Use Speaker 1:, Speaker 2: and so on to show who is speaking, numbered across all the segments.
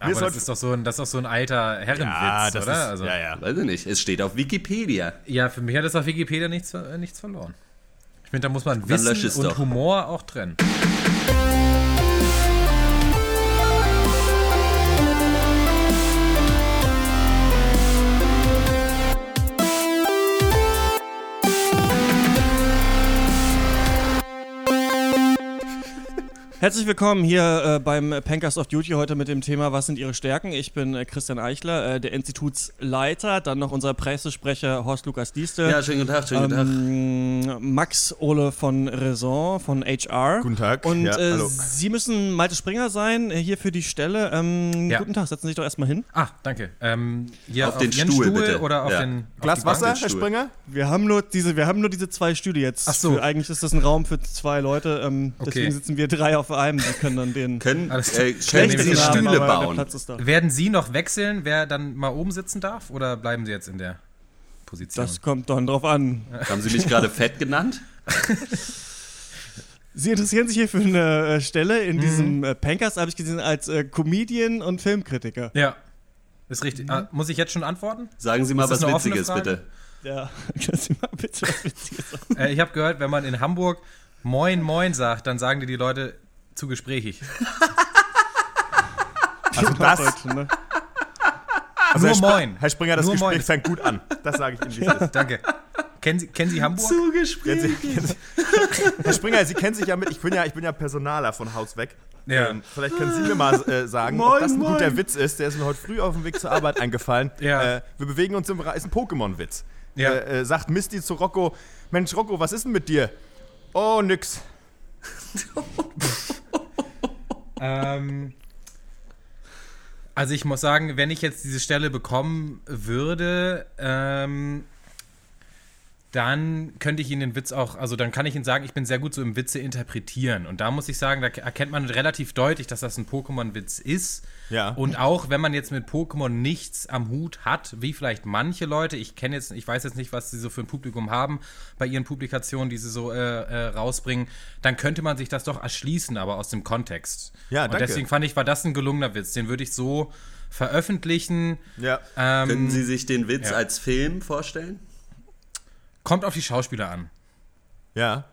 Speaker 1: Aber das ist, doch so ein, das ist doch so ein alter Herrenwitz,
Speaker 2: Ja, Ah, das
Speaker 1: oder?
Speaker 2: ist,
Speaker 1: also,
Speaker 2: ja, ja.
Speaker 3: Weiß ich nicht. Es steht auf Wikipedia.
Speaker 1: ja, für mich hat das auf Wikipedia nichts, äh, nichts verloren. Ich finde, da muss man
Speaker 3: lösch es
Speaker 1: Wissen und
Speaker 3: doch.
Speaker 1: Humor auch trennen.
Speaker 4: Herzlich willkommen hier äh, beim Pankers of Duty heute mit dem Thema Was sind Ihre Stärken? Ich bin äh, Christian Eichler, äh, der Institutsleiter, dann noch unser Pressesprecher Horst Lukas Dieste,
Speaker 3: Ja, schönen guten Tag, schönen guten Tag.
Speaker 4: ähm, Max Ole von Raison von HR.
Speaker 2: Guten Tag.
Speaker 4: Und
Speaker 2: ja,
Speaker 4: äh,
Speaker 2: hallo.
Speaker 4: Sie müssen Malte Springer sein, äh, hier für die Stelle. Ähm,
Speaker 1: Ja.
Speaker 4: Guten Tag, setzen Sie sich doch erstmal hin.
Speaker 1: Ah, danke. Ähm, hier
Speaker 3: Auf
Speaker 1: auf,
Speaker 3: den
Speaker 1: Ihren
Speaker 3: Stuhl,
Speaker 1: Stuhl,
Speaker 3: bitte.
Speaker 1: oder auf
Speaker 3: Ja.
Speaker 1: den auf die
Speaker 2: Glas
Speaker 1: Bank?
Speaker 2: Wasser, Herr
Speaker 3: Stuhl.
Speaker 2: Springer?
Speaker 4: Wir haben nur diese, wir haben nur diese zwei Stühle jetzt.
Speaker 1: Ach so.
Speaker 4: Für, eigentlich ist das ein Raum für zwei Leute. Ähm,
Speaker 1: Okay.
Speaker 4: Deswegen sitzen wir drei auf einem. Wir können dann den
Speaker 3: Können
Speaker 1: Alles klar.
Speaker 3: äh,
Speaker 1: Schlechte
Speaker 3: schlechte
Speaker 1: Namen,
Speaker 3: Stühle
Speaker 4: aber Der
Speaker 3: bauen.
Speaker 4: Platz ist da.
Speaker 1: Werden Sie noch wechseln, wer dann mal oben sitzen darf? Oder bleiben Sie jetzt in der Position?
Speaker 4: Das kommt dann drauf an.
Speaker 3: Haben Sie mich gerade fett genannt?
Speaker 4: Sie interessieren sich hier für eine äh, Stelle in diesem äh, Pankers, habe ich gesehen, als äh, Comedian und Filmkritiker.
Speaker 1: ja. Ist richtig. Ah, muss ich jetzt schon antworten?
Speaker 3: Sagen Sie mal
Speaker 1: Ist das
Speaker 3: was
Speaker 1: eine offene
Speaker 3: Witziges,
Speaker 1: Frage?
Speaker 3: bitte.
Speaker 4: Ja, kannst du mal bitte was Witziges sagen?
Speaker 1: Äh, ich habe gehört, wenn man in Hamburg Moin Moin sagt, dann sagen dir die Leute zu gesprächig.
Speaker 2: Also das,
Speaker 4: Deutsch, ne?
Speaker 2: also
Speaker 1: Nur
Speaker 2: Herr, Spr-
Speaker 1: moin.
Speaker 2: Herr Springer, das
Speaker 1: Nur
Speaker 2: Gespräch
Speaker 1: moin.
Speaker 2: fängt gut an. Das sage ich Ihnen, wie es ist.
Speaker 1: Danke. kennen, Sie, kennen Sie Hamburg?
Speaker 2: Kennen Sie, kennen Sie, Herr Springer, Sie kennen sich ja mit, ich bin ja, ich bin ja Personaler von Haus weg.
Speaker 1: Ja.
Speaker 2: Ähm, vielleicht können Sie mir mal äh, sagen, ob das ein guter Witz ist. Der ist mir heute früh auf dem Weg zur Arbeit eingefallen.
Speaker 1: Ja.
Speaker 2: Äh, wir bewegen uns im Bereich, ist ein Pokémon-Witz.
Speaker 1: Ja.
Speaker 2: Äh, äh, sagt Misty zu Rocco, Mensch Rocco, was ist denn mit dir? Oh, nix.
Speaker 1: Ähm, also ich muss sagen, wenn ich jetzt diese Stelle bekommen würde, ähm, dann könnte ich Ihnen den Witz auch, also dann kann ich Ihnen sagen, ich bin sehr gut so im Witze interpretieren. Und da muss ich sagen, da erkennt man relativ deutlich, dass das ein Pokémon-Witz ist.
Speaker 2: Ja.
Speaker 1: Und auch wenn man jetzt mit Pokémon nichts am Hut hat, wie vielleicht manche Leute, ich kenne jetzt, ich weiß jetzt nicht, was sie so für ein Publikum haben bei ihren Publikationen, die sie so äh, äh, rausbringen, dann könnte man sich das doch erschließen, aber aus dem Kontext.
Speaker 2: Ja,
Speaker 1: Und
Speaker 2: danke.
Speaker 1: deswegen fand ich, war das ein gelungener Witz. Den würde ich so veröffentlichen.
Speaker 2: Ja.
Speaker 1: Ähm,
Speaker 3: Können Sie sich den Witz
Speaker 1: ja.
Speaker 3: als Film vorstellen?
Speaker 1: kommt auf die Schauspieler an.
Speaker 2: Ja.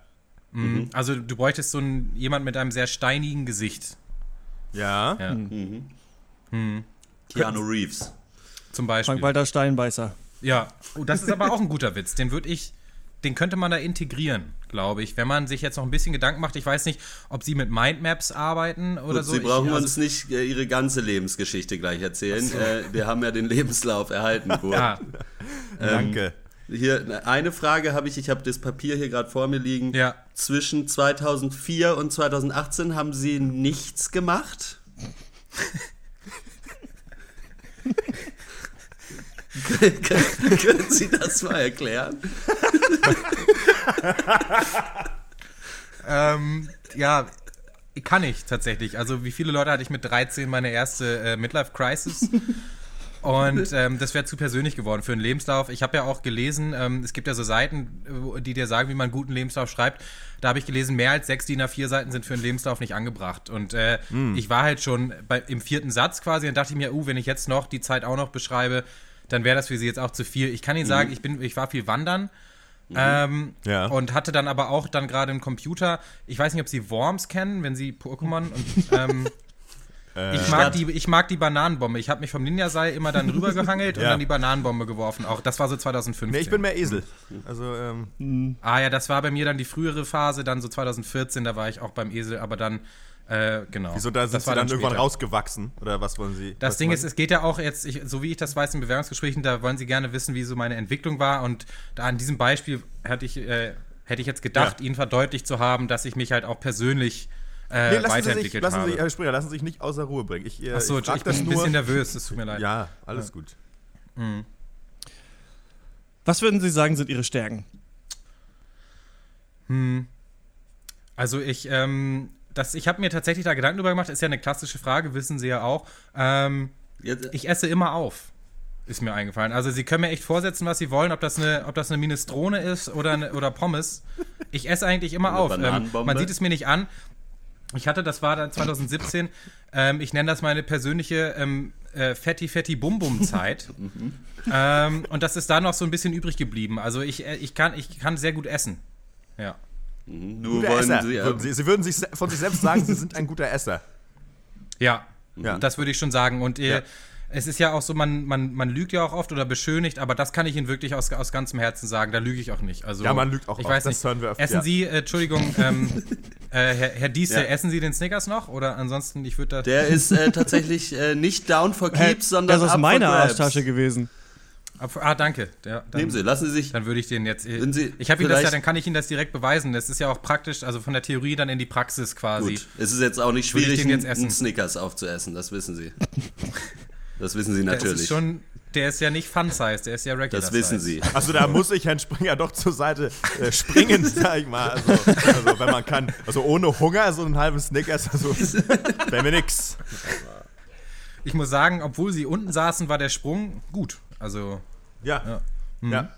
Speaker 1: Also du bräuchtest so einen, jemand mit einem sehr steinigen Gesicht
Speaker 2: Ja.
Speaker 1: Ja.
Speaker 3: Keanu Reeves.
Speaker 1: zum Beispiel.
Speaker 4: Frank-Walter Steinbeißer.
Speaker 1: Ja, oh, das ist aber auch ein guter Witz. Den würde ich, den könnte man da integrieren, glaube ich, wenn man sich jetzt noch ein bisschen Gedanken macht. Ich weiß nicht, ob Sie mit Mindmaps arbeiten oder
Speaker 3: Gut,
Speaker 1: so.
Speaker 3: Sie brauchen
Speaker 1: ich, also,
Speaker 3: uns nicht äh, Ihre ganze Lebensgeschichte gleich erzählen. Äh, wir haben ja den Lebenslauf erhalten. Kurt.
Speaker 1: ja,
Speaker 2: Danke.
Speaker 3: Hier, ne, eine Frage habe ich, ich habe das Papier hier gerade vor mir liegen.
Speaker 1: Ja.
Speaker 3: Zwischen 2004 und 2018 haben Sie nichts gemacht? Können- können, können Sie das mal erklären?
Speaker 1: ähm, ja, kann ich tatsächlich. Also wie viele Leute hatte ich mit 13 meine erste äh, Midlife Crisis? Und ähm, das wäre zu persönlich geworden für einen Lebenslauf. Ich habe ja auch gelesen, ähm, es gibt ja so Seiten, wo- die dir sagen, wie man einen guten Lebenslauf schreibt. Da habe ich gelesen, mehr als sechs DIN A4 Seiten sind für einen Lebenslauf nicht angebracht. Und äh, ich war halt schon bei, im vierten Satz quasi und dachte ich mir, uh, wenn ich jetzt noch die Zeit auch noch beschreibe, dann wäre das für sie jetzt auch zu viel. Ich kann Ihnen sagen, ich, bin, ich war viel wandern. Ähm,
Speaker 2: Ja.
Speaker 1: Und hatte dann aber auch dann gerade einen Computer. Ich weiß nicht, ob Sie Worms kennen, wenn Sie Pokémon und ähm, ich
Speaker 2: Äh,
Speaker 1: mag,
Speaker 3: Stadt.
Speaker 1: die, ich mag die Bananenbombe. Ich habe mich vom Ninja-Seil immer dann rübergehangelt und
Speaker 2: Ja.
Speaker 1: dann die Bananenbombe geworfen. Auch das war so 2015.
Speaker 2: Nee, ich bin mehr Esel. Also, ähm,
Speaker 1: ah ja, das war bei mir dann die frühere Phase, dann so 2014, da war ich auch beim Esel, aber dann, äh, genau.
Speaker 2: wieso da sind
Speaker 1: das
Speaker 2: Sie dann, irgendwann
Speaker 1: später.
Speaker 2: rausgewachsen? Oder was wollen Sie?
Speaker 1: Das
Speaker 2: was
Speaker 1: Ding
Speaker 2: wollen
Speaker 1: ist, es geht ja auch jetzt, ich, so wie ich das weiß in Bewerbungsgesprächen, da wollen sie gerne wissen, wie so meine Entwicklung war. Und da an diesem Beispiel hätte ich, äh, hätte ich jetzt gedacht,
Speaker 2: Ja.
Speaker 1: ihnen verdeutlicht zu haben, dass ich mich halt auch persönlich äh,
Speaker 2: Nee, lassen Sie, sich,
Speaker 1: weiterentwickelt
Speaker 2: lassen Sie
Speaker 1: habe.
Speaker 2: sich, Herr Springer, lassen Sie sich nicht außer Ruhe bringen. Ich, äh,
Speaker 1: Achso,
Speaker 2: ich
Speaker 1: ich, bin
Speaker 2: frag das
Speaker 1: ein
Speaker 2: nur.
Speaker 1: bisschen nervös, es tut mir leid.
Speaker 2: Ja, alles gut.
Speaker 4: Was würden Sie sagen, sind Ihre Stärken?
Speaker 1: Hm. Also ich, ähm, das, ich habe mir tatsächlich da Gedanken drüber gemacht, ist ja eine klassische Frage, wissen Sie ja auch. Ähm,
Speaker 3: Jetzt,
Speaker 1: ich esse immer auf, ist mir eingefallen. Also Sie können mir echt vorsetzen, was Sie wollen, ob das eine, ob das eine Minestrone ist oder, eine, oder Pommes. Ich esse eigentlich immer
Speaker 3: Eine
Speaker 1: auf. Ähm,
Speaker 3: Bananenbombe?
Speaker 1: man sieht es mir nicht an. Ich hatte, das war dann 2017, ähm, ich nenne das meine persönliche ähm, äh, Fetti Fetti Bum Bum Zeit.
Speaker 3: Mhm.
Speaker 1: ähm, und das ist da noch so ein bisschen übrig geblieben. Also ich, äh, ich, kann, ich kann sehr gut essen. Ja.
Speaker 3: Nur
Speaker 2: Guter
Speaker 3: wollen
Speaker 2: Esser.
Speaker 3: sie, ja,
Speaker 2: würden sie, sie würden sich se- von sich selbst sagen, sie sind ein guter Esser.
Speaker 1: Ja,
Speaker 2: Ja.
Speaker 1: das würde ich schon sagen. Und äh,
Speaker 2: Ja.
Speaker 1: es ist ja auch so, man, man, man lügt ja auch oft oder beschönigt, aber das kann ich Ihnen wirklich aus, aus ganzem Herzen sagen. Da lüge ich auch nicht. Also,
Speaker 2: Ja, man lügt auch
Speaker 1: ich
Speaker 2: oft,
Speaker 1: Weiß
Speaker 2: das
Speaker 1: nicht.
Speaker 2: hören wir öfter,
Speaker 1: Essen
Speaker 2: ja.
Speaker 1: Sie, äh, Entschuldigung, ähm, äh, Herr, Herr Diesel,
Speaker 3: Ja.
Speaker 1: essen Sie den Snickers noch? Oder ansonsten, ich würde da.
Speaker 3: Der ist äh, tatsächlich äh, nicht down for
Speaker 4: Hä,
Speaker 3: keeps, sondern
Speaker 4: das Äh, ist
Speaker 3: up
Speaker 4: meine
Speaker 3: for grabs.
Speaker 4: Arschtasche gewesen.
Speaker 1: Ab- ah, danke. Ja, dann,
Speaker 3: Nehmen Sie, lassen Sie sich.
Speaker 1: Dann würde ich den jetzt. äh,
Speaker 3: Wenn Sie
Speaker 1: ich habe Ihnen das ja,
Speaker 3: vielleicht-
Speaker 1: dann kann ich Ihnen das direkt beweisen. Das ist ja auch praktisch, also von der Theorie dann in die Praxis quasi.
Speaker 3: Gut, es ist jetzt auch nicht
Speaker 1: Würde ich
Speaker 3: schwierig,
Speaker 1: den jetzt
Speaker 3: einen
Speaker 1: essen?
Speaker 3: einen Snickers aufzuessen, das wissen Sie. Das wissen Sie
Speaker 1: Der ist
Speaker 3: natürlich.
Speaker 1: schon, der ist ja nicht Fun-Size, der ist ja regular.
Speaker 3: Das wissen
Speaker 1: size.
Speaker 3: Sie.
Speaker 2: Also da muss ich Herrn Springer doch zur Seite äh, springen, sag ich mal. Also, also wenn man kann. Also ohne Hunger so ein halbes Snickers, also wäre mir nix.
Speaker 1: Ich muss sagen, obwohl Sie unten saßen, war der Sprung gut. Also
Speaker 2: Ja.
Speaker 1: Mhm.
Speaker 2: ja.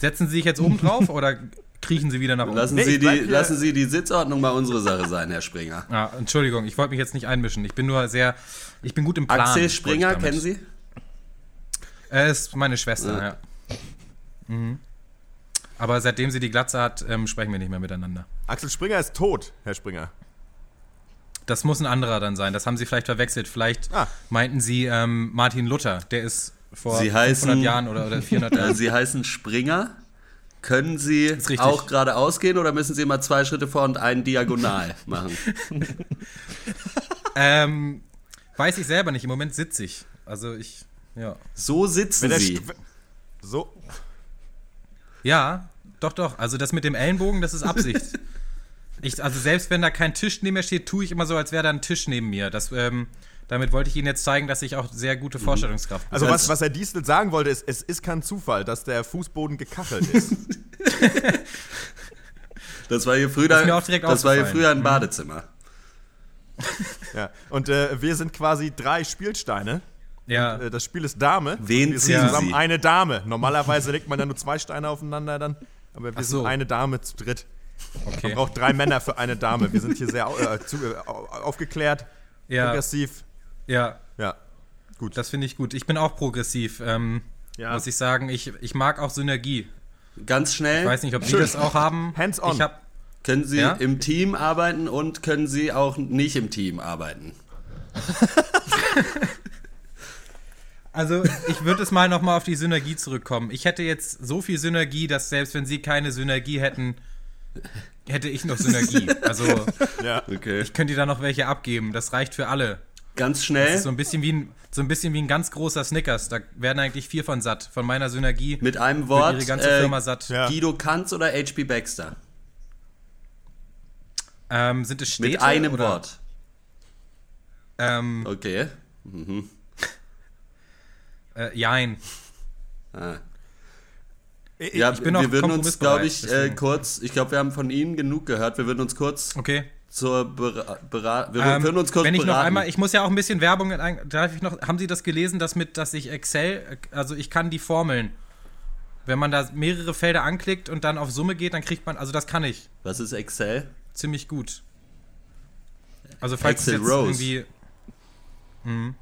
Speaker 1: Setzen Sie sich jetzt oben drauf oder kriechen Sie wieder nach oben?
Speaker 3: Lassen,
Speaker 2: Nee,
Speaker 3: Sie
Speaker 2: ich
Speaker 3: die,
Speaker 2: bleib hier.
Speaker 3: lassen Sie die Sitzordnung mal unsere Sache sein, Herr Springer.
Speaker 1: Ah, Entschuldigung, ich wollte mich jetzt nicht einmischen. Ich bin nur sehr, ich bin gut im Plan.
Speaker 3: Axel
Speaker 1: wollte ich
Speaker 3: Springer,
Speaker 1: damit.
Speaker 3: kennen Sie?
Speaker 1: Äh, ist meine Schwester, ja.
Speaker 3: Ah.
Speaker 1: Mhm. Aber seitdem sie die Glatze hat, ähm, sprechen wir nicht mehr miteinander.
Speaker 2: Axel Springer ist tot, Herr Springer.
Speaker 1: Das muss ein anderer dann sein. Das haben Sie vielleicht verwechselt. Vielleicht
Speaker 2: Ah.
Speaker 1: meinten Sie ähm, Martin Luther. Der ist vor
Speaker 3: Sie heißen-
Speaker 1: 500 Jahren oder, oder 400
Speaker 3: Äh,
Speaker 1: Jahren.
Speaker 3: Sie heißen Springer. Können Sie
Speaker 1: Ist richtig.
Speaker 3: auch geradeaus gehen oder müssen Sie immer zwei Schritte vor und einen diagonal machen?
Speaker 1: ähm, weiß ich selber nicht. Im Moment sitze ich. Also ich, ja.
Speaker 3: So sitzen
Speaker 2: Wenn der
Speaker 3: Sie.
Speaker 2: St- so.
Speaker 1: Ja, doch, doch. Also das mit dem Ellenbogen, das ist Absicht. Ich, also selbst wenn da kein Tisch neben mir steht, tue ich immer so, als wäre da ein Tisch neben mir. Das, ähm, damit wollte ich Ihnen jetzt zeigen, dass ich auch sehr gute Vorstellungskraft habe.
Speaker 2: Also
Speaker 3: Das-
Speaker 2: was, was Herr Diestel sagen wollte, ist, es ist kein Zufall, dass der Fußboden gekachelt ist.
Speaker 3: Das war hier früher,
Speaker 1: Ist mir auch direkt
Speaker 3: das war hier
Speaker 1: aufgefallen. Mhm.
Speaker 3: früher ein Badezimmer.
Speaker 2: ja. Und äh, wir sind quasi drei Spielsteine.
Speaker 1: ja,
Speaker 2: Äh, Das Spiel ist Dame.
Speaker 3: Wen
Speaker 2: wir sind
Speaker 3: ziehen
Speaker 2: zusammen
Speaker 3: Sie?
Speaker 2: eine Dame. Normalerweise legt man ja nur zwei Steine aufeinander dann. Aber wir
Speaker 1: so.
Speaker 2: sind eine Dame zu dritt.
Speaker 1: okay.
Speaker 2: Braucht drei Männer für eine Dame. Wir sind hier sehr äh, zu, äh, au- aufgeklärt,
Speaker 1: Ja,
Speaker 2: progressiv.
Speaker 1: ja,
Speaker 2: Ja.
Speaker 1: das finde ich gut. Ich bin auch progressiv, ähm,
Speaker 2: Ja.
Speaker 1: muss ich sagen. Ich, ich mag auch Synergie.
Speaker 3: Ganz schnell.
Speaker 1: Ich weiß nicht, ob Sie
Speaker 2: Schön.
Speaker 1: das auch haben.
Speaker 2: Hands on.
Speaker 1: Ich hab,
Speaker 3: Können Sie
Speaker 1: Ja?
Speaker 3: im Team arbeiten und können Sie auch nicht im Team arbeiten?
Speaker 1: also ich würde es mal nochmal auf die Synergie zurückkommen. Ich hätte jetzt so viel Synergie, dass selbst wenn Sie keine Synergie hätten, hätte ich noch Synergie. Also
Speaker 2: ja.
Speaker 3: Okay.
Speaker 1: Ich könnte dir da noch welche abgeben. Das reicht für alle.
Speaker 3: Ganz
Speaker 1: Das
Speaker 3: schnell
Speaker 1: ist so ein bisschen wie ein, so ein, bisschen wie ein ganz großer Snickers. Da werden eigentlich vier von satt. Von meiner Synergie
Speaker 3: mit einem
Speaker 1: wird
Speaker 3: Wort.
Speaker 1: ihre ganze
Speaker 3: äh,
Speaker 1: Firma satt.
Speaker 2: Ja.
Speaker 3: Guido Kanz oder H.P. Baxter?
Speaker 1: Ähm, sind es Städte?
Speaker 3: Mit einem
Speaker 1: oder?
Speaker 3: Wort.
Speaker 1: Ähm,
Speaker 3: Okay.
Speaker 1: äh, jein.
Speaker 3: Ah.
Speaker 2: Ich-
Speaker 3: Ja,
Speaker 1: bin auch
Speaker 3: wir würden
Speaker 1: kompromissbereit,
Speaker 3: uns, glaube ich, äh,
Speaker 1: deswegen.
Speaker 3: kurz, ich glaube, wir haben von Ihnen genug gehört. Wir würden uns kurz
Speaker 1: Okay.
Speaker 3: zur Bera Bera wir
Speaker 1: Ähm,
Speaker 3: würden uns kurz
Speaker 1: wenn ich
Speaker 3: beraten.
Speaker 1: noch einmal, ich muss ja auch ein bisschen Werbung. in ein- Darf ich noch? Haben Sie das gelesen, dass mit, dass ich Excel, äh, also ich kann die Formeln. Wenn man da mehrere Felder anklickt und dann auf Summe geht, dann kriegt man, also das kann ich
Speaker 3: Was ist Excel?
Speaker 1: ziemlich gut. Also falls es
Speaker 3: Excel
Speaker 1: jetzt
Speaker 3: Rose.
Speaker 1: irgendwie. Mhm.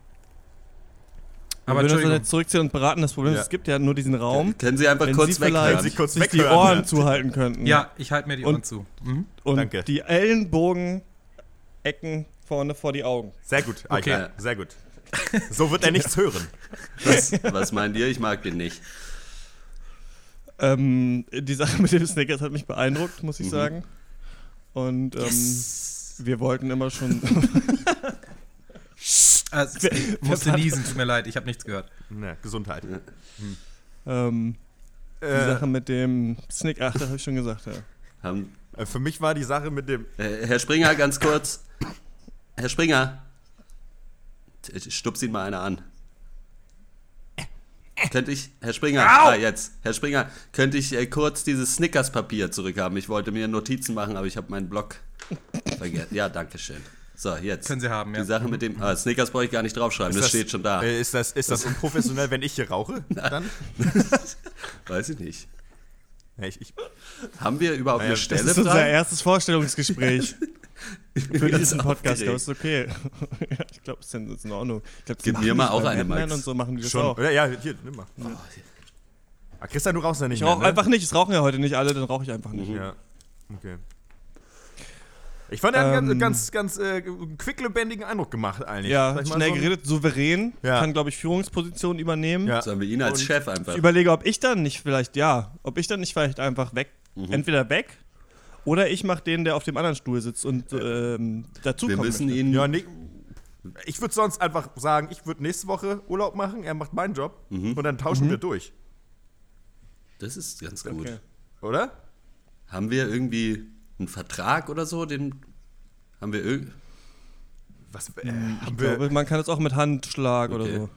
Speaker 4: Aber
Speaker 1: Aber
Speaker 4: wir würden uns
Speaker 1: Entschuldigung.
Speaker 4: dann jetzt zurückziehen und beraten. Das Problem ist,
Speaker 2: Ja.
Speaker 4: es gibt ja nur diesen Raum.
Speaker 3: Können Sie einfach
Speaker 4: Wenn
Speaker 3: kurz
Speaker 4: Sie vielleicht
Speaker 2: Wenn Sie
Speaker 3: weghören?
Speaker 2: kurz
Speaker 4: sich die
Speaker 2: weghören,
Speaker 4: Ohren
Speaker 2: ja.
Speaker 4: zuhalten könnten.
Speaker 1: Ja, ich halte mir die Ohren
Speaker 4: Und-
Speaker 1: zu. Mhm.
Speaker 4: Und
Speaker 2: Danke.
Speaker 4: die Ellenbogen, Ecken vorne vor die Augen.
Speaker 2: Sehr gut,
Speaker 1: Okay.
Speaker 2: Eichler, sehr gut. So wird er nichts hören.
Speaker 3: Was, was meint ihr? Ich mag den nicht.
Speaker 4: Ähm, die Sache mit dem Snickers hat mich beeindruckt, muss ich sagen. Und ähm, wir wollten immer schon.
Speaker 1: Also, ich musste niesen, tut mir leid, ich habe nichts gehört.
Speaker 2: Ne, Gesundheit.
Speaker 4: ähm, die
Speaker 2: Äh,
Speaker 4: Sache mit dem Snick. Ach, das habe ich schon gesagt. Ja.
Speaker 3: Haben,
Speaker 2: äh, für mich war die Sache mit dem.
Speaker 3: äh, Herr Springer, ganz kurz. Herr Springer. T- Stups ihn mal einer an. Könnte ich, Herr Springer, ah, jetzt, Herr Springer, könnte ich äh, kurz dieses Snickers-Papier zurückhaben? Ich wollte mir Notizen machen, aber ich habe meinen Blog vergessen. Ja, danke schön. So, jetzt.
Speaker 1: Können Sie haben, ja.
Speaker 3: Die Sache mit dem, ah, Snickers brauche ich gar nicht draufschreiben, das, steht schon da.
Speaker 2: Äh, ist, das, ist das unprofessionell, wenn ich hier rauche? Dann?
Speaker 3: Weiß ich nicht.
Speaker 2: Ja, ich, ich,
Speaker 3: Haben wir überhaupt
Speaker 2: Naja,
Speaker 3: eine
Speaker 2: das
Speaker 4: Das
Speaker 3: Stelle
Speaker 4: ist unser
Speaker 3: frei?
Speaker 4: erstes Vorstellungsgespräch. Für
Speaker 3: Dieses
Speaker 4: diesen Podcast,
Speaker 3: Aufgeregt.
Speaker 4: das ist okay. ja, ich glaube, es ist in Ordnung. Ich glaub, das
Speaker 3: Gib
Speaker 4: machen
Speaker 3: mir mal
Speaker 4: die
Speaker 3: auch
Speaker 4: bei
Speaker 3: eine,
Speaker 4: Batman
Speaker 3: Max.
Speaker 4: Und so machen die das
Speaker 2: Schon.
Speaker 4: auch.
Speaker 2: Ja, ja, hier, nimm mal. Ah, Christian, du rauchst ja nicht
Speaker 4: Oh, Ich
Speaker 2: mehr,
Speaker 4: rauche
Speaker 2: ne? Mhm.
Speaker 4: einfach nicht, es rauchen ja heute nicht alle, dann rauche ich einfach nicht.
Speaker 2: Ja, okay. Ich fand, er hat einen
Speaker 4: Ähm.
Speaker 2: ganz, ganz, ganz äh, quicklebendigen Eindruck gemacht eigentlich.
Speaker 4: Ja,
Speaker 2: Sag ich mal
Speaker 4: schnell
Speaker 2: so.
Speaker 4: geredet, souverän,
Speaker 2: Ja.
Speaker 4: kann, glaube ich, Führungspositionen übernehmen.
Speaker 2: Ja.
Speaker 3: Sollen wir ihn als
Speaker 2: Und-
Speaker 3: Chef
Speaker 4: Ich
Speaker 3: einfach.
Speaker 4: überlege, ob ich dann nicht vielleicht, ja, ob ich dann nicht vielleicht einfach weg, entweder weg oder ich mache den, der auf dem anderen Stuhl sitzt und ähm,
Speaker 3: Wir
Speaker 4: dazukommt.
Speaker 3: müssen ihn.
Speaker 2: Ja, Nick, ich würde sonst einfach sagen, ich würde nächste Woche Urlaub machen, er macht meinen Job
Speaker 4: Mhm.
Speaker 2: und dann tauschen wir durch,
Speaker 3: Das ist ganz gut.
Speaker 4: Okay.
Speaker 2: oder?
Speaker 3: Haben wir irgendwie einen Vertrag oder so? Den haben wir irgendwie.
Speaker 2: Was äh, haben
Speaker 4: Mhm, Ich
Speaker 2: wir?
Speaker 4: glaube, man kann es auch mit Handschlag oder
Speaker 3: Okay.
Speaker 4: so.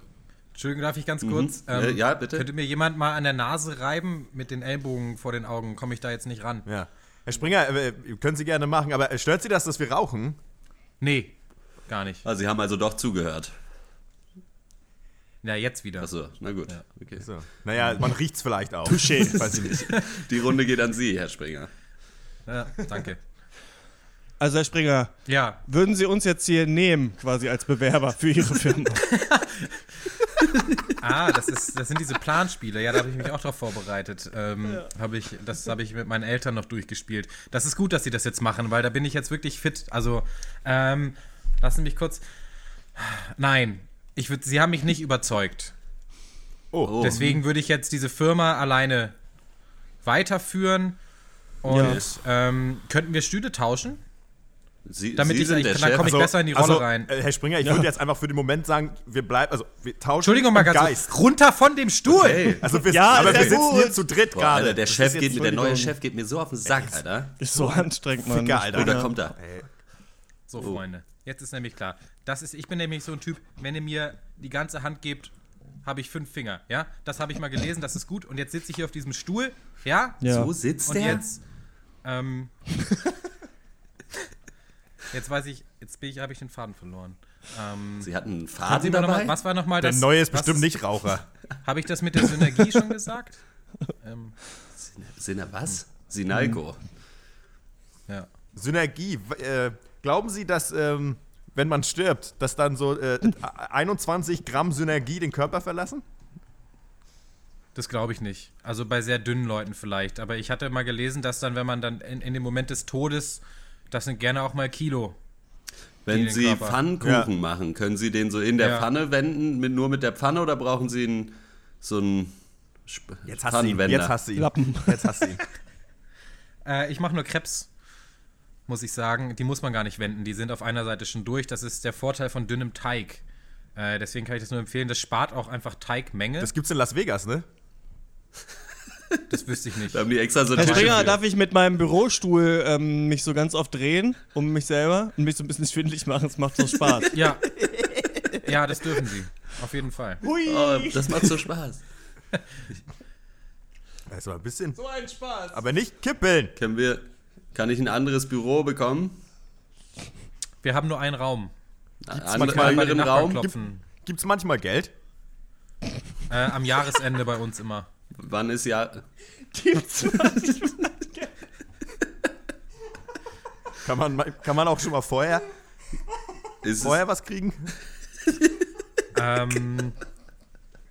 Speaker 1: Entschuldigung, darf ich ganz kurz? ähm,
Speaker 3: Äh, ja, bitte.
Speaker 1: Könnte mir jemand mal an der Nase reiben mit den Ellbogen vor den Augen? Komme ich da jetzt nicht ran?
Speaker 2: Ja. Herr Springer, äh, können Sie gerne machen, aber stört Sie das, dass wir rauchen?
Speaker 1: Nee, gar nicht.
Speaker 3: Ah, Sie haben also doch zugehört.
Speaker 1: Na, jetzt wieder.
Speaker 3: Achso, na gut. Okay.
Speaker 2: So. Naja, man riecht's vielleicht auch.
Speaker 4: Touché.
Speaker 2: Weiß ich nicht.
Speaker 3: Die Runde geht an Sie, Herr Springer.
Speaker 1: Ja, danke.
Speaker 4: Also Herr Springer,
Speaker 1: Ja,
Speaker 4: würden Sie uns jetzt hier nehmen, quasi als Bewerber für Ihre Firma?
Speaker 1: ah, das, ist, das sind diese Planspiele. Ja, da habe ich mich auch drauf vorbereitet. Ähm, hab ich, das habe ich mit meinen Eltern noch durchgespielt. Das ist gut, dass sie das jetzt machen, weil da bin ich jetzt wirklich fit. Also, ähm, lassen Sie mich kurz. Nein, ich würd, Sie haben mich nicht überzeugt.
Speaker 2: Oh,
Speaker 3: Oh.
Speaker 1: Deswegen würde ich jetzt diese Firma alleine weiterführen. Und ähm, könnten wir Stühle tauschen?
Speaker 3: Sie,
Speaker 1: Damit
Speaker 3: Sie
Speaker 1: ich-
Speaker 3: sind
Speaker 1: ich-
Speaker 3: der
Speaker 1: dann
Speaker 3: Chef.
Speaker 1: komm ich- besser in die Rolle rein.
Speaker 2: Also, äh, Herr Springer, ich würde jetzt einfach für den Moment sagen, wir bleiben, also wir tauschen
Speaker 1: Entschuldigung mal
Speaker 2: im
Speaker 1: ganz
Speaker 2: Geist.
Speaker 1: kurz. Runter von dem Stuhl!
Speaker 3: Hey.
Speaker 2: Also wir,
Speaker 4: Ja,
Speaker 2: aber
Speaker 4: ist
Speaker 2: wir
Speaker 4: ja
Speaker 2: sitzen
Speaker 4: gut.
Speaker 2: hier zu dritt
Speaker 3: Boah, Alter,
Speaker 2: gerade.
Speaker 3: der,
Speaker 2: Das
Speaker 3: Chef
Speaker 2: ist jetzt
Speaker 3: geht mir, der neue
Speaker 4: Entschuldigung.
Speaker 3: Chef geht mir so auf den Sack, Alter.
Speaker 4: Ist so anstrengend, Mann.
Speaker 2: Ficker, Alter.
Speaker 3: Oh, da kommt er.
Speaker 2: Ey,
Speaker 1: So,
Speaker 2: Oh.
Speaker 1: Freunde, jetzt ist nämlich klar. Das ist, ich bin nämlich so ein Typ, wenn ihr mir die ganze Hand gebt, habe ich fünf Finger. Ja, das habe ich mal gelesen, das ist gut. Und jetzt sitze ich hier auf diesem Stuhl. Ja,
Speaker 4: Ja.
Speaker 3: So sitzt
Speaker 1: und
Speaker 3: der?
Speaker 1: jetzt. Ähm, jetzt weiß ich, jetzt bin ich, habe ich den Faden verloren. Ähm,
Speaker 3: Sie hatten einen
Speaker 1: haben Sie
Speaker 3: Faden
Speaker 1: mir noch
Speaker 3: dabei?
Speaker 1: mal, was war nochmal
Speaker 2: Der
Speaker 1: das?
Speaker 2: neue ist
Speaker 1: was-
Speaker 2: bestimmt nicht Raucher.
Speaker 1: Habe ich das mit der Synergie schon gesagt? Ähm,
Speaker 3: Sina, was? Sinalco.
Speaker 1: ja.
Speaker 2: Synergie. w- Äh, glauben Sie, dass ähm, wenn man stirbt, dass dann so äh, 21 Gramm Synergie den Körper verlassen?
Speaker 1: Das glaube ich nicht. Also bei sehr dünnen Leuten vielleicht. Aber ich hatte mal gelesen, dass dann, wenn man dann in, in dem Moment des Todes, das sind gerne auch mal Kilo.
Speaker 3: Wenn
Speaker 1: den
Speaker 3: Sie
Speaker 1: Körper.
Speaker 3: Pfannkuchen
Speaker 2: Ja.
Speaker 3: machen, können Sie den so in der
Speaker 1: Ja.
Speaker 3: Pfanne wenden, mit, nur mit der Pfanne oder brauchen Sie einen, so einen Sp Pfannenwender?
Speaker 2: Jetzt hast du ihn.
Speaker 4: Lappen.
Speaker 2: Jetzt hast du ihn.
Speaker 1: Äh, ich mache nur Krebs, muss ich sagen. Die muss man gar nicht wenden. Die sind auf einer Seite schon durch. Das ist der Vorteil von dünnem Teig. Äh, deswegen kann ich das nur empfehlen. Das spart auch einfach Teigmenge. Das,
Speaker 2: Das gibt's in Las Vegas, ne?
Speaker 1: wüsste ich nicht.
Speaker 3: Da haben die extra so
Speaker 4: Herr
Speaker 3: Tische
Speaker 4: Springer,
Speaker 3: für.
Speaker 4: darf ich mit meinem Bürostuhl ähm, mich so ganz oft drehen, um mich selber und mich so ein bisschen schwindelig machen? Es macht so Spaß.
Speaker 1: ja. ja, das dürfen sie. Auf jeden Fall.
Speaker 3: Oh, das macht so Spaß.
Speaker 2: Das war ein bisschen.
Speaker 4: So ein Spaß.
Speaker 2: Aber nicht kippeln.
Speaker 3: Können wir, kann ich ein anderes Büro bekommen?
Speaker 1: Wir haben nur einen Raum.
Speaker 3: Einen
Speaker 2: manchmal
Speaker 3: anderen,
Speaker 1: bei den
Speaker 3: anderen
Speaker 1: Nachbarn
Speaker 3: Raum?
Speaker 1: klopfen.
Speaker 2: Gibt's manchmal Geld?
Speaker 1: Äh, am Jahresende bei uns immer.
Speaker 3: Wann ist ja...
Speaker 2: Kann man, ma- kann man auch schon mal vorher,
Speaker 3: Ist es,
Speaker 2: vorher was kriegen?
Speaker 1: Ähm,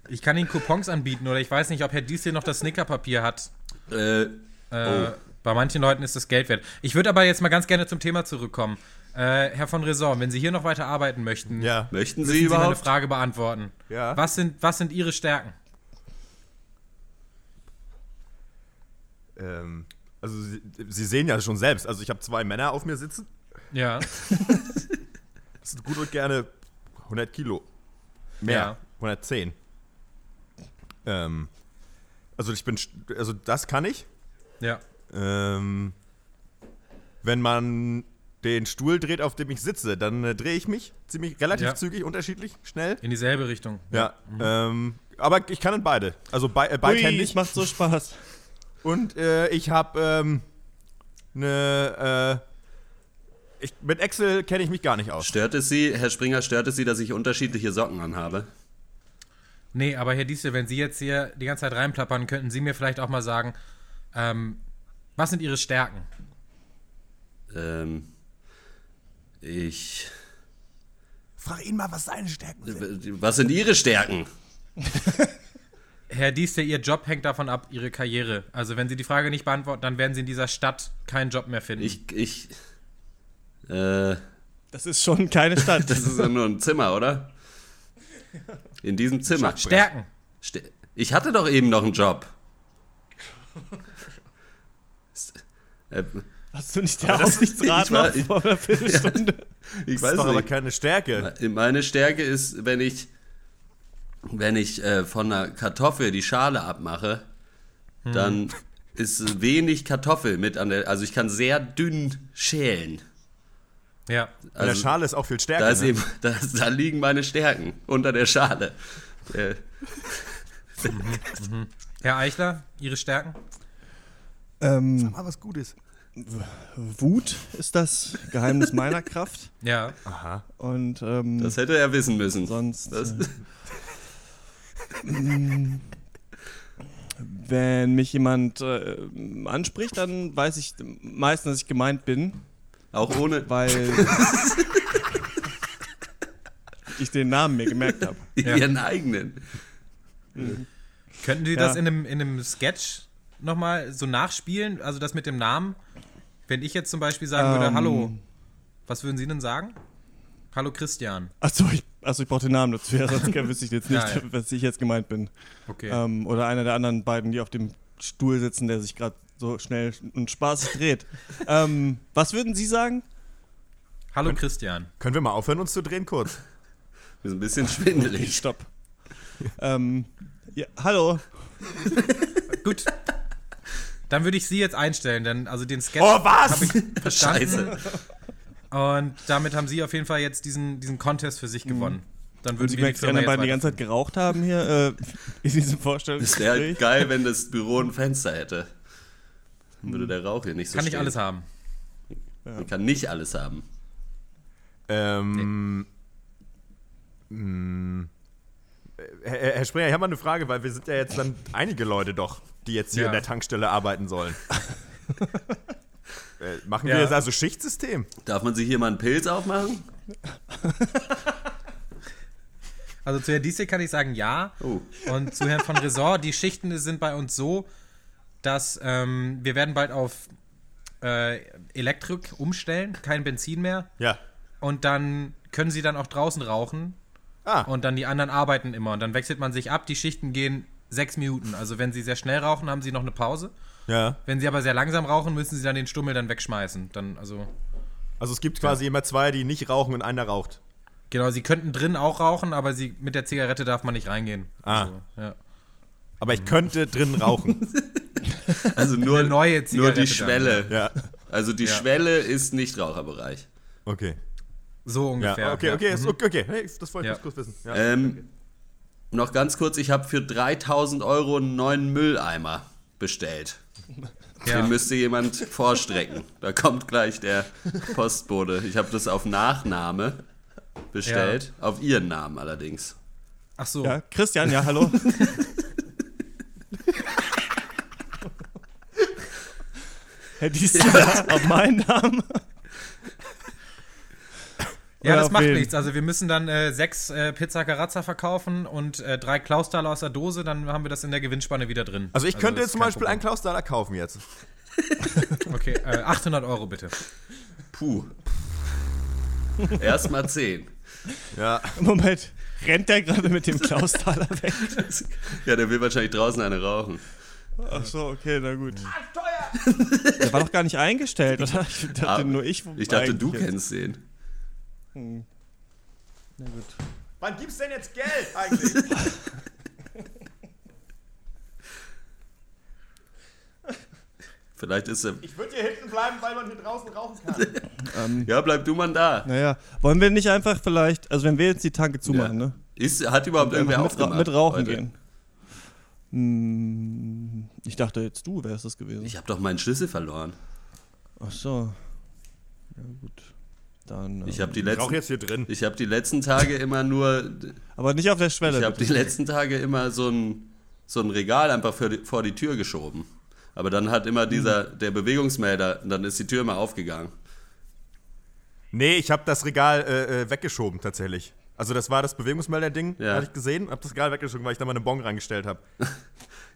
Speaker 1: ich kann Ihnen Coupons anbieten oder ich weiß nicht, ob Herr Dies hier noch das Snickerpapier hat.
Speaker 3: äh,
Speaker 1: Äh, Bei manchen Leuten ist das Geld wert. Ich würde aber jetzt mal ganz gerne zum Thema zurückkommen. Äh, Herr von Resort, wenn Sie hier noch weiter arbeiten möchten,
Speaker 2: Ja.
Speaker 3: möchten
Speaker 1: müssen
Speaker 3: Sie
Speaker 1: Sie meine
Speaker 3: überhaupt?
Speaker 1: Frage beantworten.
Speaker 2: Ja.
Speaker 1: Was, sind, was sind Ihre Stärken?
Speaker 2: Ähm, also, Sie, Sie sehen ja schon selbst. Also, ich habe zwei Männer auf mir sitzen.
Speaker 1: Ja.
Speaker 2: Das sind gut und gerne 100 Kilo. Mehr.
Speaker 1: Ja.
Speaker 2: 110. Ähm, also ich bin, st- also das kann ich.
Speaker 1: ja.
Speaker 2: Ähm, wenn man den Stuhl dreht, auf dem ich sitze, dann äh, drehe ich mich ziemlich relativ
Speaker 1: Ja.
Speaker 2: zügig, unterschiedlich, schnell.
Speaker 1: In dieselbe Richtung.
Speaker 2: Ja. Ähm, aber ich kann in beide. Also bei, äh,
Speaker 4: Ui,
Speaker 2: beidhändig.
Speaker 4: macht so Spaß.
Speaker 2: Und äh, ich habe ähm, eine. Äh, ich, mit Excel kenne ich mich gar nicht aus.
Speaker 3: Stört es Sie, Herr Springer, stört es Sie, dass ich unterschiedliche Socken anhabe?
Speaker 1: Nee, aber Herr Diesel, wenn Sie jetzt hier die ganze Zeit reinplappern, könnten Sie mir vielleicht auch mal sagen, ähm, was sind Ihre Stärken?
Speaker 3: Ähm, Ich.
Speaker 2: Frag ihn mal, was seine Stärken sind.
Speaker 3: Was sind Ihre Stärken?
Speaker 1: Herr Diester, Ihr Job hängt davon ab, Ihre Karriere. Also wenn Sie die Frage nicht beantworten, dann werden Sie in dieser Stadt keinen Job mehr finden.
Speaker 3: Ich. ich äh,
Speaker 4: Das ist schon keine Stadt.
Speaker 3: das ist ja nur ein Zimmer, oder? In diesem Zimmer.
Speaker 1: Stärken.
Speaker 3: Ste- Ich hatte doch eben noch einen Job. Äh,
Speaker 4: Hast du nicht der Aufsichtsrat
Speaker 3: ich war-
Speaker 4: noch
Speaker 3: ich-
Speaker 4: vor einer Viertelstunde?
Speaker 3: Ich
Speaker 2: Das
Speaker 3: weiß
Speaker 2: ist doch aber
Speaker 3: nicht.
Speaker 2: keine Stärke.
Speaker 3: Meine Stärke ist, wenn ich, wenn ich äh, von einer Kartoffel die Schale abmache,
Speaker 2: Hm.
Speaker 3: dann ist wenig Kartoffel mit an der. Also ich kann sehr dünn schälen.
Speaker 1: Ja.
Speaker 2: In der
Speaker 3: Also
Speaker 2: Schale ist auch viel Stärke.
Speaker 3: da, ist
Speaker 2: ne?
Speaker 3: eben, da, ist- da liegen meine Stärken unter der Schale. Äh,
Speaker 1: Herr Eichler, Ihre Stärken?
Speaker 4: Ähm,
Speaker 2: Mal was Gutes.
Speaker 4: Wut ist das Geheimnis meiner Kraft.
Speaker 1: Ja.
Speaker 2: Aha.
Speaker 4: Und ähm,
Speaker 3: das hätte er wissen müssen.
Speaker 4: sonst,
Speaker 3: Das,
Speaker 4: äh, wenn mich jemand äh, anspricht, dann weiß ich meistens, dass ich gemeint bin,
Speaker 3: auch ohne.
Speaker 4: weil ich den Namen mir gemerkt habe.
Speaker 1: Ja.
Speaker 3: Ihren eigenen.
Speaker 1: Könnten Sie
Speaker 4: Ja.
Speaker 1: das in einem, in einem Sketch nochmal so nachspielen? Also das mit dem Namen? Wenn ich jetzt zum Beispiel sagen würde,
Speaker 4: Ähm.
Speaker 1: hallo, was würden Sie denn sagen? Hallo Christian.
Speaker 4: Achso, ich, achso, ich brauche den Namen dazu, ja, sonst wüsste ich jetzt nicht,
Speaker 1: Ja, ja.
Speaker 4: was ich jetzt gemeint bin.
Speaker 1: Okay.
Speaker 4: Ähm, oder einer der anderen beiden, die auf dem Stuhl sitzen, der sich gerade so schnell und spaßig dreht. ähm, was würden Sie sagen?
Speaker 1: hallo Christian.
Speaker 2: Können wir mal aufhören, uns zu drehen kurz?
Speaker 3: Ist ein bisschen schwindelig.
Speaker 4: Stopp. ähm, ja, hallo.
Speaker 1: Gut. Dann würde ich Sie jetzt einstellen, denn also den Sketch
Speaker 2: Oh, was?
Speaker 1: verstanden.
Speaker 3: Scheiße.
Speaker 1: Und damit haben Sie auf jeden Fall jetzt diesen, diesen Contest für sich gewonnen. Dann würden Sie wir
Speaker 4: Mhm. Sie
Speaker 1: die
Speaker 4: gemerkt, dass die
Speaker 1: Firma
Speaker 4: anderen
Speaker 1: jetzt
Speaker 4: beiden die ganze Zeit geraucht haben hier äh, in diesem
Speaker 3: Es wäre
Speaker 4: Vorstellungsgespräch.
Speaker 3: geil, wenn das Büro ein Fenster hätte. Dann würde der Rauch hier nicht so
Speaker 1: Hm. Kann
Speaker 3: stehen.
Speaker 1: ich alles haben.
Speaker 3: Man kann nicht alles haben.
Speaker 2: Ähm. mh, Herr, Herr Springer, ich habe mal eine Frage, weil wir sind ja jetzt dann einige Leute doch, die jetzt hier
Speaker 1: Ja.
Speaker 2: in der Tankstelle arbeiten sollen. äh, machen
Speaker 1: Ja.
Speaker 2: wir jetzt also Schichtsystem?
Speaker 3: Darf man sich hier mal einen Pilz aufmachen?
Speaker 1: Also zu Herrn Diesel kann ich sagen, ja.
Speaker 3: Oh.
Speaker 1: Und zu Herrn von Resort, die Schichten sind bei uns so, dass ähm, wir werden bald auf äh, Elektrik umstellen, kein Benzin mehr.
Speaker 2: Ja.
Speaker 1: Und dann können sie dann auch draußen rauchen
Speaker 2: Ah,
Speaker 1: und dann die anderen arbeiten immer. Und dann wechselt man sich ab, die Schichten gehen sechs Minuten. Also wenn sie sehr schnell rauchen, haben sie noch eine Pause.
Speaker 2: ja.
Speaker 1: Wenn sie aber sehr langsam rauchen, müssen sie dann den Stummel dann wegschmeißen. Dann, also,
Speaker 2: Also es gibt quasi immer zwei, die nicht rauchen und einer raucht.
Speaker 1: genau, sie könnten drin auch rauchen, aber sie, mit der Zigarette darf man nicht reingehen.
Speaker 2: Ah.
Speaker 1: Also, ja.
Speaker 2: Aber ich könnte drin rauchen.
Speaker 3: Also nur,
Speaker 1: Eine neue
Speaker 3: nur
Speaker 1: Zigarette
Speaker 3: die Schwelle.
Speaker 2: ja.
Speaker 3: Also die
Speaker 1: Ja.
Speaker 3: Schwelle ist nicht Raucherbereich.
Speaker 2: Okay.
Speaker 1: So ungefähr.
Speaker 2: Ja. Okay,
Speaker 1: ja.
Speaker 2: okay, ist okay, okay. Hey, das wollte ich
Speaker 1: Ja.
Speaker 2: bloß kurz wissen. Ja.
Speaker 4: Äh,
Speaker 3: Ähm, noch ganz kurz, ich habe für 3000 Euro einen neuen Mülleimer bestellt.
Speaker 1: Ja.
Speaker 3: Den müsste jemand vorstrecken. Da kommt gleich der Postbote. Ich habe das auf Nachname bestellt, auf ihren Namen allerdings.
Speaker 1: Ach so.
Speaker 4: Ja, Christian, ja, hallo. Herr Diesel, auf meinen Namen.
Speaker 1: Ja,
Speaker 4: Oder
Speaker 1: das
Speaker 4: auf
Speaker 1: macht
Speaker 4: wen?
Speaker 1: nichts. Also wir müssen dann äh, sechs äh, Pizza Carazza verkaufen und äh, drei Klaustaler aus der Dose, dann haben wir das in der Gewinnspanne wieder drin.
Speaker 2: Also ich
Speaker 1: das
Speaker 2: könnte jetzt
Speaker 1: ist
Speaker 2: zum
Speaker 1: kein
Speaker 2: Beispiel einen Klaus Dahler kaufen jetzt.
Speaker 1: Problem. Okay, äh, 800 Euro bitte.
Speaker 3: Puh. Erstmal 10.
Speaker 2: Ja.
Speaker 4: Moment, rennt der gerade mit dem Klausthaler weg?
Speaker 3: Ja, der will wahrscheinlich draußen eine rauchen.
Speaker 4: Ach so, okay, na gut. Der war doch gar nicht eingestellt, oder? Ich dachte
Speaker 3: Ah,
Speaker 4: nur ich.
Speaker 3: Ich dachte, du
Speaker 4: eigentlich jetzt.
Speaker 3: kennst den.
Speaker 4: Na gut.
Speaker 2: Wann gibt's denn jetzt Geld eigentlich?
Speaker 3: Vielleicht ist er.
Speaker 2: Ich würde hier hinten bleiben, weil man hier draußen rauchen kann.
Speaker 3: Ja, bleib du mal da.
Speaker 4: Naja, wollen wir nicht einfach vielleicht, also wenn wir jetzt die Tanke zumachen,
Speaker 3: Ja.
Speaker 4: ne?
Speaker 3: Ist, hat überhaupt irgendwer
Speaker 4: mit, Ra-
Speaker 3: aufgemacht?
Speaker 4: mit Rauchen
Speaker 3: heute?
Speaker 4: gehen. Hm, ich dachte jetzt du wärst das gewesen.
Speaker 3: Ich habe doch meinen Schlüssel verloren.
Speaker 4: Ach so. Ja gut. Dann,
Speaker 3: Ich
Speaker 4: ähm,
Speaker 3: habe die
Speaker 2: Ich rauche
Speaker 3: letzten.
Speaker 2: jetzt hier drin.
Speaker 3: Ich habe die letzten Tage immer nur.
Speaker 4: aber nicht auf der
Speaker 3: Ich
Speaker 4: Schwelle.
Speaker 3: habe die letzten Tage immer so ein, so ein Regal einfach für die, vor die Tür geschoben.
Speaker 4: Hm.
Speaker 3: Aber dann hat immer dieser der Bewegungsmelder, dann ist die Tür immer aufgegangen.
Speaker 2: Nee, ich habe das Regal äh, äh, weggeschoben tatsächlich. Also das war das Bewegungsmelder-Ding,
Speaker 3: Ja.
Speaker 2: hatte ich gesehen, habe das Regal weggeschoben, weil ich da meine Bon reingestellt habe.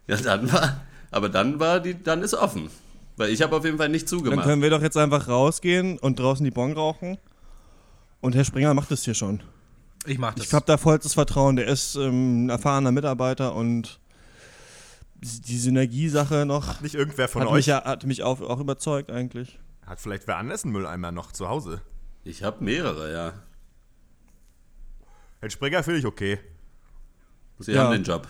Speaker 3: Ja, dann war, aber dann war die, dann ist offen. Weil ich habe auf jeden Fall nicht
Speaker 4: Dann
Speaker 3: zugemacht.
Speaker 4: können wir doch jetzt einfach rausgehen und draußen die Bon rauchen. Und Herr Springer macht das hier schon.
Speaker 1: Ich mach das.
Speaker 4: Ich habe da vollstes Vertrauen. Der ist ähm, ein erfahrener Mitarbeiter und die Synergiesache noch
Speaker 2: Nicht irgendwer von
Speaker 4: hat
Speaker 2: euch
Speaker 4: mich, ja, hat mich auch, auch überzeugt eigentlich.
Speaker 2: hat vielleicht wer anders einen Mülleimer noch zu Hause.
Speaker 3: ich habe mehrere, ja.
Speaker 2: Herr Springer finde ich okay.
Speaker 3: Sie
Speaker 4: Ja.
Speaker 3: haben den Job.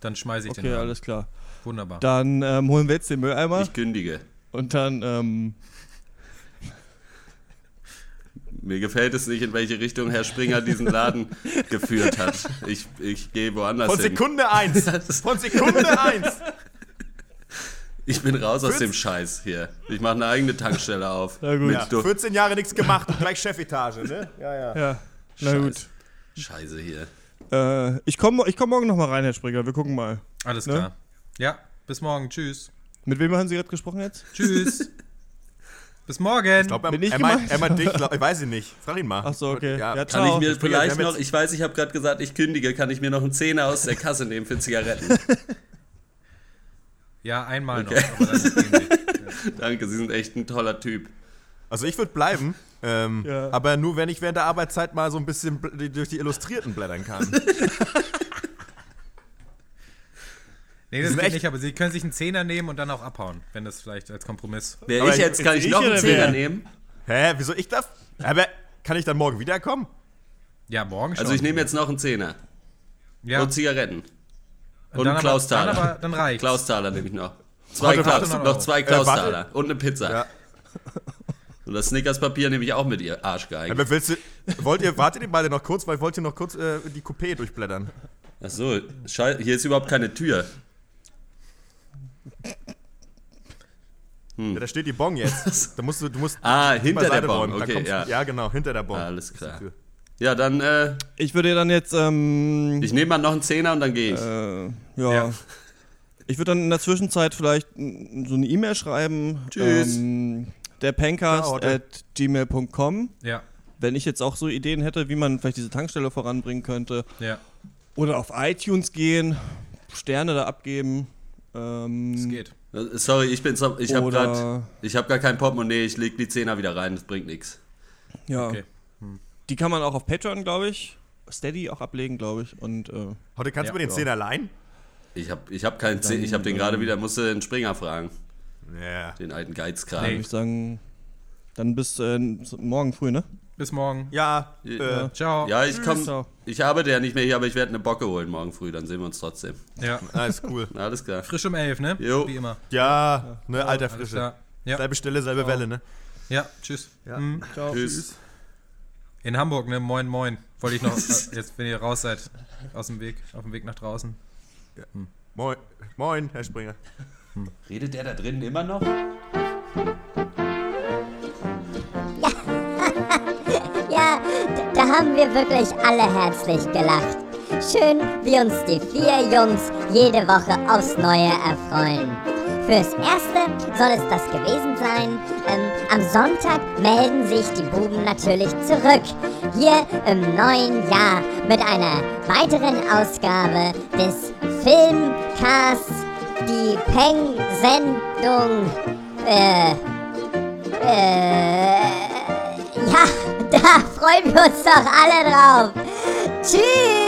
Speaker 1: Dann schmeiße ich
Speaker 4: Okay,
Speaker 1: den. rein.
Speaker 4: alles klar.
Speaker 1: Wunderbar.
Speaker 4: Dann ähm, holen wir jetzt den Mülleimer
Speaker 3: Ich kündige.
Speaker 4: und dann ähm,
Speaker 3: Mir gefällt es nicht, in welche Richtung Herr Springer diesen Laden geführt hat. Ich, ich gehe woanders
Speaker 2: Von
Speaker 3: hin.
Speaker 2: Sekunde eins. Von Sekunde eins.
Speaker 3: Ich bin raus aus
Speaker 2: Fürz-
Speaker 3: dem Scheiß hier. Ich mache eine eigene Tankstelle auf.
Speaker 4: Na gut.
Speaker 2: Ja,
Speaker 3: Mit Duft.
Speaker 2: 14 Jahre nichts gemacht und gleich Chefetage, ne? Ja, ja.
Speaker 4: ja, na gut.
Speaker 3: Scheiße hier.
Speaker 4: Äh, ich komme ich komm morgen nochmal rein, Herr Springer. Wir gucken mal.
Speaker 1: Alles
Speaker 4: Ne?
Speaker 1: klar. Ja, bis morgen. Tschüss.
Speaker 4: Mit wem haben Sie gerade gesprochen jetzt?
Speaker 1: Tschüss. bis morgen.
Speaker 2: Ich glaube, er,
Speaker 4: Bin ich
Speaker 2: er, meint-
Speaker 4: gemeint?
Speaker 2: er meint dich, glaub, ich weiß ich nicht. Frag ihn mal.
Speaker 4: Ach so, okay.
Speaker 2: Ja,
Speaker 4: Ja,
Speaker 2: kann
Speaker 3: Kann
Speaker 4: ciao.
Speaker 3: ich mir
Speaker 2: Herr Springer,
Speaker 3: vielleicht
Speaker 2: Sie haben
Speaker 3: noch,
Speaker 2: jetzt-
Speaker 3: ich weiß, ich habe gerade gesagt, ich kündige, kann ich mir noch einen Zehner aus der Kasse nehmen für Zigaretten?
Speaker 1: Ja, einmal
Speaker 3: Okay.
Speaker 1: noch. Aber dann ist irgendwie-
Speaker 3: Danke, Sie sind echt ein toller Typ.
Speaker 2: Also ich würde bleiben, ähm,
Speaker 4: Ja.
Speaker 2: aber nur wenn ich während der Arbeitszeit mal so ein bisschen bl- die- durch die Illustrierten blättern kann.
Speaker 1: nee, das geht
Speaker 2: sind echt-
Speaker 1: nicht, aber sie können sich einen Zehner nehmen und dann auch abhauen, wenn das vielleicht als Kompromiss.
Speaker 3: Wer
Speaker 2: Aber
Speaker 3: ich jetzt, kann
Speaker 4: ich-
Speaker 3: ich, noch einen
Speaker 4: oder
Speaker 3: Zehner
Speaker 4: wer?
Speaker 3: nehmen?
Speaker 2: Hä, wieso ich darf? Aber kann ich dann morgen wiederkommen?
Speaker 1: Ja, morgen schon.
Speaker 3: Also ich nehme jetzt noch einen Zehner
Speaker 1: ja,
Speaker 3: und Zigaretten. Und,
Speaker 1: dann
Speaker 3: einen Klaus
Speaker 1: aber, dann,
Speaker 3: Thaler.
Speaker 1: aber, dann reicht's.
Speaker 3: Klaus Thaler nehme ich noch. Zwei
Speaker 2: Warte,
Speaker 3: Klaus,
Speaker 2: warte,
Speaker 1: warte.
Speaker 3: noch zwei Klaus
Speaker 2: warte.
Speaker 3: Thaler und eine Pizza.
Speaker 2: Ja.
Speaker 3: Und das Snickers-Papier nehme ich auch mit, ihr Arschgeigen.
Speaker 2: Aber willst du, wollt ihr, wartet ihr beide noch kurz, weil ich wollte noch kurz äh, die Coupé durchblättern.
Speaker 3: Ach so, schei- hier ist überhaupt keine Tür.
Speaker 2: Ja, da steht die Bon jetzt. Da musst du, du musst
Speaker 3: Ah, Hm. hinter der
Speaker 2: beiseite
Speaker 3: Bon,
Speaker 2: da
Speaker 3: okay,
Speaker 2: kommst du-
Speaker 3: ja.
Speaker 2: ja, genau, hinter der Bon.
Speaker 3: Alles
Speaker 2: Ist die
Speaker 3: klar.
Speaker 2: Tür.
Speaker 3: Ja, dann, äh,
Speaker 4: Ich würde dann jetzt, ähm,
Speaker 3: ich nehme mal noch einen Zehner und dann gehe ich.
Speaker 4: äh, ja.
Speaker 1: Ja.
Speaker 4: Ich würde dann in der Zwischenzeit vielleicht mm, so eine E-Mail schreiben.
Speaker 3: Tschüss.
Speaker 4: Ähm, der
Speaker 2: Ciao,
Speaker 4: Pencast
Speaker 2: Otto.
Speaker 4: at gmail.com.
Speaker 1: Ja,
Speaker 4: Wenn ich jetzt auch so Ideen hätte, wie man vielleicht diese Tankstelle voranbringen könnte.
Speaker 1: ja,
Speaker 4: Oder auf iTunes gehen, Sterne da abgeben. Ähm,
Speaker 1: es geht.
Speaker 3: Äh, Sorry, ich bin, so- ich habe
Speaker 4: Oder-
Speaker 3: gerade, ich habe gar kein Portemonnaie, ich leg die Zehner wieder rein, das bringt nichts.
Speaker 4: Ja.
Speaker 1: Okay. Hm.
Speaker 4: Die kann man auch auf Patreon, glaube ich. Steady auch ablegen, glaube ich. Und äh,
Speaker 2: Heute kannst
Speaker 1: Ja,
Speaker 2: du mir den
Speaker 1: ja.
Speaker 2: Zehner leihen?
Speaker 3: Ich habe, ich habe keinen Zehner, ich habe den gerade wieder, musste den Springer fragen,
Speaker 2: Ja.
Speaker 3: den alten Geizkram.
Speaker 1: Nee.
Speaker 4: würde ich sagen, dann bis äh, morgen früh, ne?
Speaker 1: Bis morgen.
Speaker 2: Ja,
Speaker 3: Ja.
Speaker 2: äh,
Speaker 1: Ciao.
Speaker 3: Ja, ich komme.
Speaker 4: Ciao.
Speaker 3: Ich arbeite ja nicht mehr hier, aber ich werde eine Bocke holen morgen früh, dann sehen wir uns trotzdem.
Speaker 1: Ja.
Speaker 2: alles cool.
Speaker 3: Alles klar.
Speaker 1: Frisch um elf, ne?
Speaker 3: Jo.
Speaker 1: Wie immer.
Speaker 2: Ja, ne, alter
Speaker 1: Alles
Speaker 2: Frische.
Speaker 1: klar. Ja,
Speaker 2: Selbe Stelle, selbe Welle, ne?
Speaker 1: ja, tschüss. Mhm.
Speaker 4: Ciao.
Speaker 3: Tschüss.
Speaker 1: In Hamburg, ne? Moin, moin. Wollte ich noch, äh, jetzt, wenn ihr raus seid, aus dem Weg, auf dem Weg nach draußen.
Speaker 2: Moin, moin, Herr Springer.
Speaker 3: Redet der da drinnen immer noch?
Speaker 5: Ja, d- da haben wir wirklich alle herzlich gelacht. Schön, wie uns die vier Jungs jede Woche aufs Neue erfreuen. Fürs Erste soll es das gewesen sein. Ähm, am Sonntag melden sich die Buben natürlich zurück. Hier im neuen Jahr mit einer weiteren Ausgabe des Filmcasts, die Peng-Sendung. Äh, äh, ja, da freuen wir uns doch alle drauf. Tschüss!